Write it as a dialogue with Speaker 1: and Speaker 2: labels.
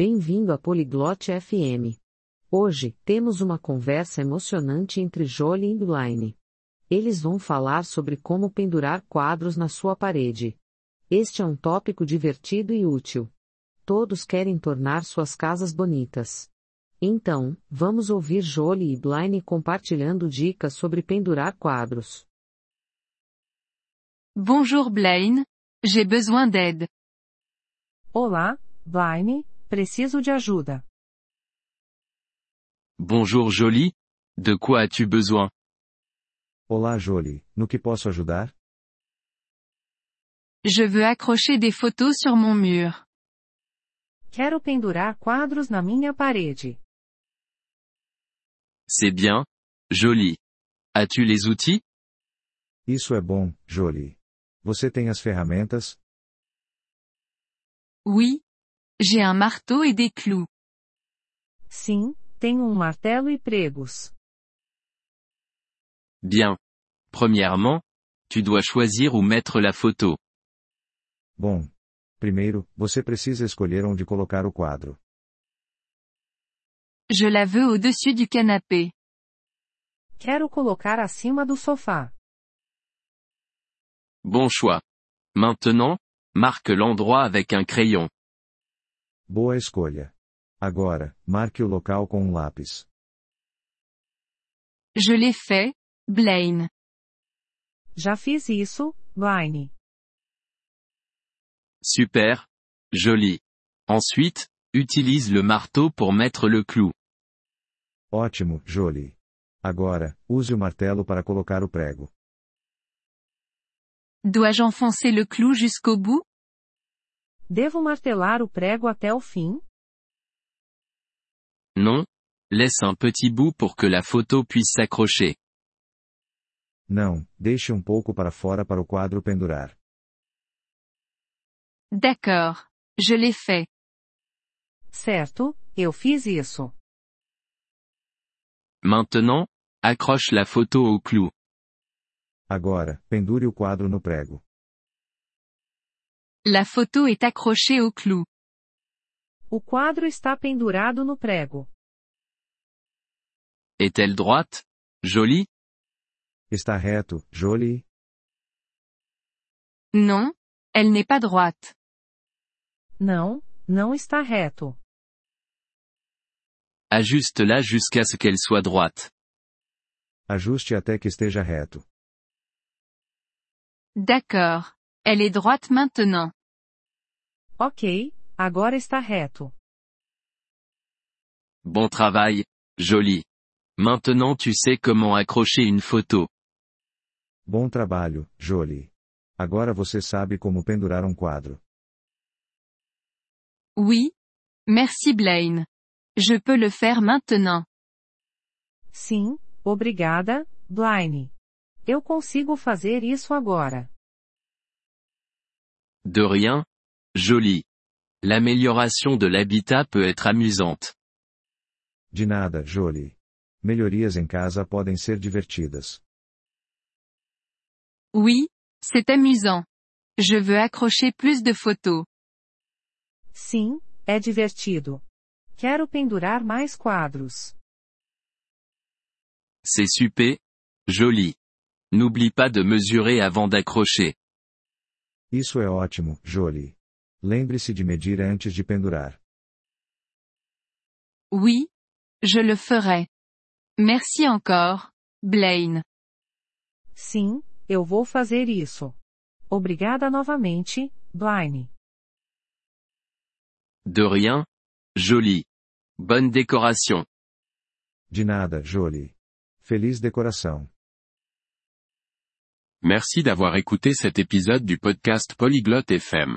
Speaker 1: Bem-vindo à Poliglote FM. Hoje, temos uma conversa emocionante entre Jolie e Elaine. Eles vão falar sobre como pendurar quadros na sua parede. Este é um tópico divertido e útil. Todos querem tornar suas casas bonitas. Então, vamos ouvir Jolie e Elaine compartilhando dicas sobre pendurar quadros.
Speaker 2: Bonjour Blaine, j'ai besoin d'aide.
Speaker 3: Olá, Blaine, preciso de ajuda.
Speaker 4: Bonjour Jolie. De quoi as-tu besoin
Speaker 5: Olá Jolie, no que posso ajudar?
Speaker 2: Je veux accrocher des photos sur mon mur.
Speaker 3: Quero pendurar quadros na minha parede.
Speaker 4: C'est bien. Jolie. As-tu les outils
Speaker 5: Isso é bom, Jolie. Você tem as ferramentas?
Speaker 2: Oui. J'ai un marteau et des clous.
Speaker 3: Sim, tenho um martelo e pregos.
Speaker 4: Bien. Premièrement, tu dois choisir où mettre la photo.
Speaker 5: Bom. Primeiro, você precisa escolher onde colocar o quadro.
Speaker 2: Je la veux au-dessus du canapé.
Speaker 3: Quero colocar acima do sofá.
Speaker 4: Bon choix. Maintenant, marque l'endroit avec un crayon.
Speaker 5: Boa escolha. Agora, marque o local com um lápis.
Speaker 2: Je l'ai fait, Blaine.
Speaker 3: Já fiz isso, Blaine.
Speaker 4: Super. Jolie. Ensuite, utilise le marteau pour mettre le clou.
Speaker 5: Ótimo, Jolie. Agora, use o martelo para colocar o prego.
Speaker 2: Dois-je enfoncer le clou jusqu'au bout
Speaker 3: Devo martelar o prego até o fim?
Speaker 4: Non. Laisse un petit bout pour que la photo puisse s'accrocher.
Speaker 5: Não, deixe um pouco para fora para o quadro pendurar.
Speaker 2: D'accord. Je l'ai fait.
Speaker 3: Certo, eu fiz isso.
Speaker 4: Maintenant, accroche la photo au clou.
Speaker 5: Agora, pendure o quadro no prego.
Speaker 2: La photo est accrochée au clou.
Speaker 3: O quadro está pendurado no prego.
Speaker 4: Est-elle droite Jolie
Speaker 5: Está reto, Jolie?
Speaker 2: Non, elle n'est pas droite.
Speaker 3: Não, não está reto.
Speaker 4: Ajuste-la jusqu'à ce qu'elle soit droite.
Speaker 5: Ajuste até que esteja reto.
Speaker 2: D'accord. Elle est droite maintenant.
Speaker 3: Ok, agora está reto.
Speaker 4: Bon travail, Jolie. Maintenant tu sais comment accrocher une photo.
Speaker 5: Bom trabalho, Jolie. Agora você sabe como pendurar um quadro.
Speaker 2: Oui. Merci Blaine. Je peux le faire maintenant.
Speaker 3: Sim, obrigada, Blaine. Eu consigo fazer isso agora.
Speaker 4: De rien. Jolie. L'amélioration de l'habitat peut être amusante.
Speaker 5: De nada, Jolie. Melhorias em casa podem ser divertidas.
Speaker 2: Oui, c'est amusant. Je veux accrocher plus de photos.
Speaker 3: Sim, é divertido. Quero pendurar mais quadros.
Speaker 4: C'est super. Jolie. N'oublie pas de mesurer avant d'accrocher.
Speaker 5: Isso é ótimo, Jolie. Lembre-se de medir antes de pendurar.
Speaker 2: Oui. Je le ferai. Merci encore, Blaine.
Speaker 3: Sim, eu vou fazer isso. Obrigada novamente, Blaine.
Speaker 4: De rien. Jolie. Bonne décoration.
Speaker 5: De nada, Jolie. Feliz decoração.
Speaker 6: Merci d'avoir écouté cet épisode du podcast Polyglotte FM.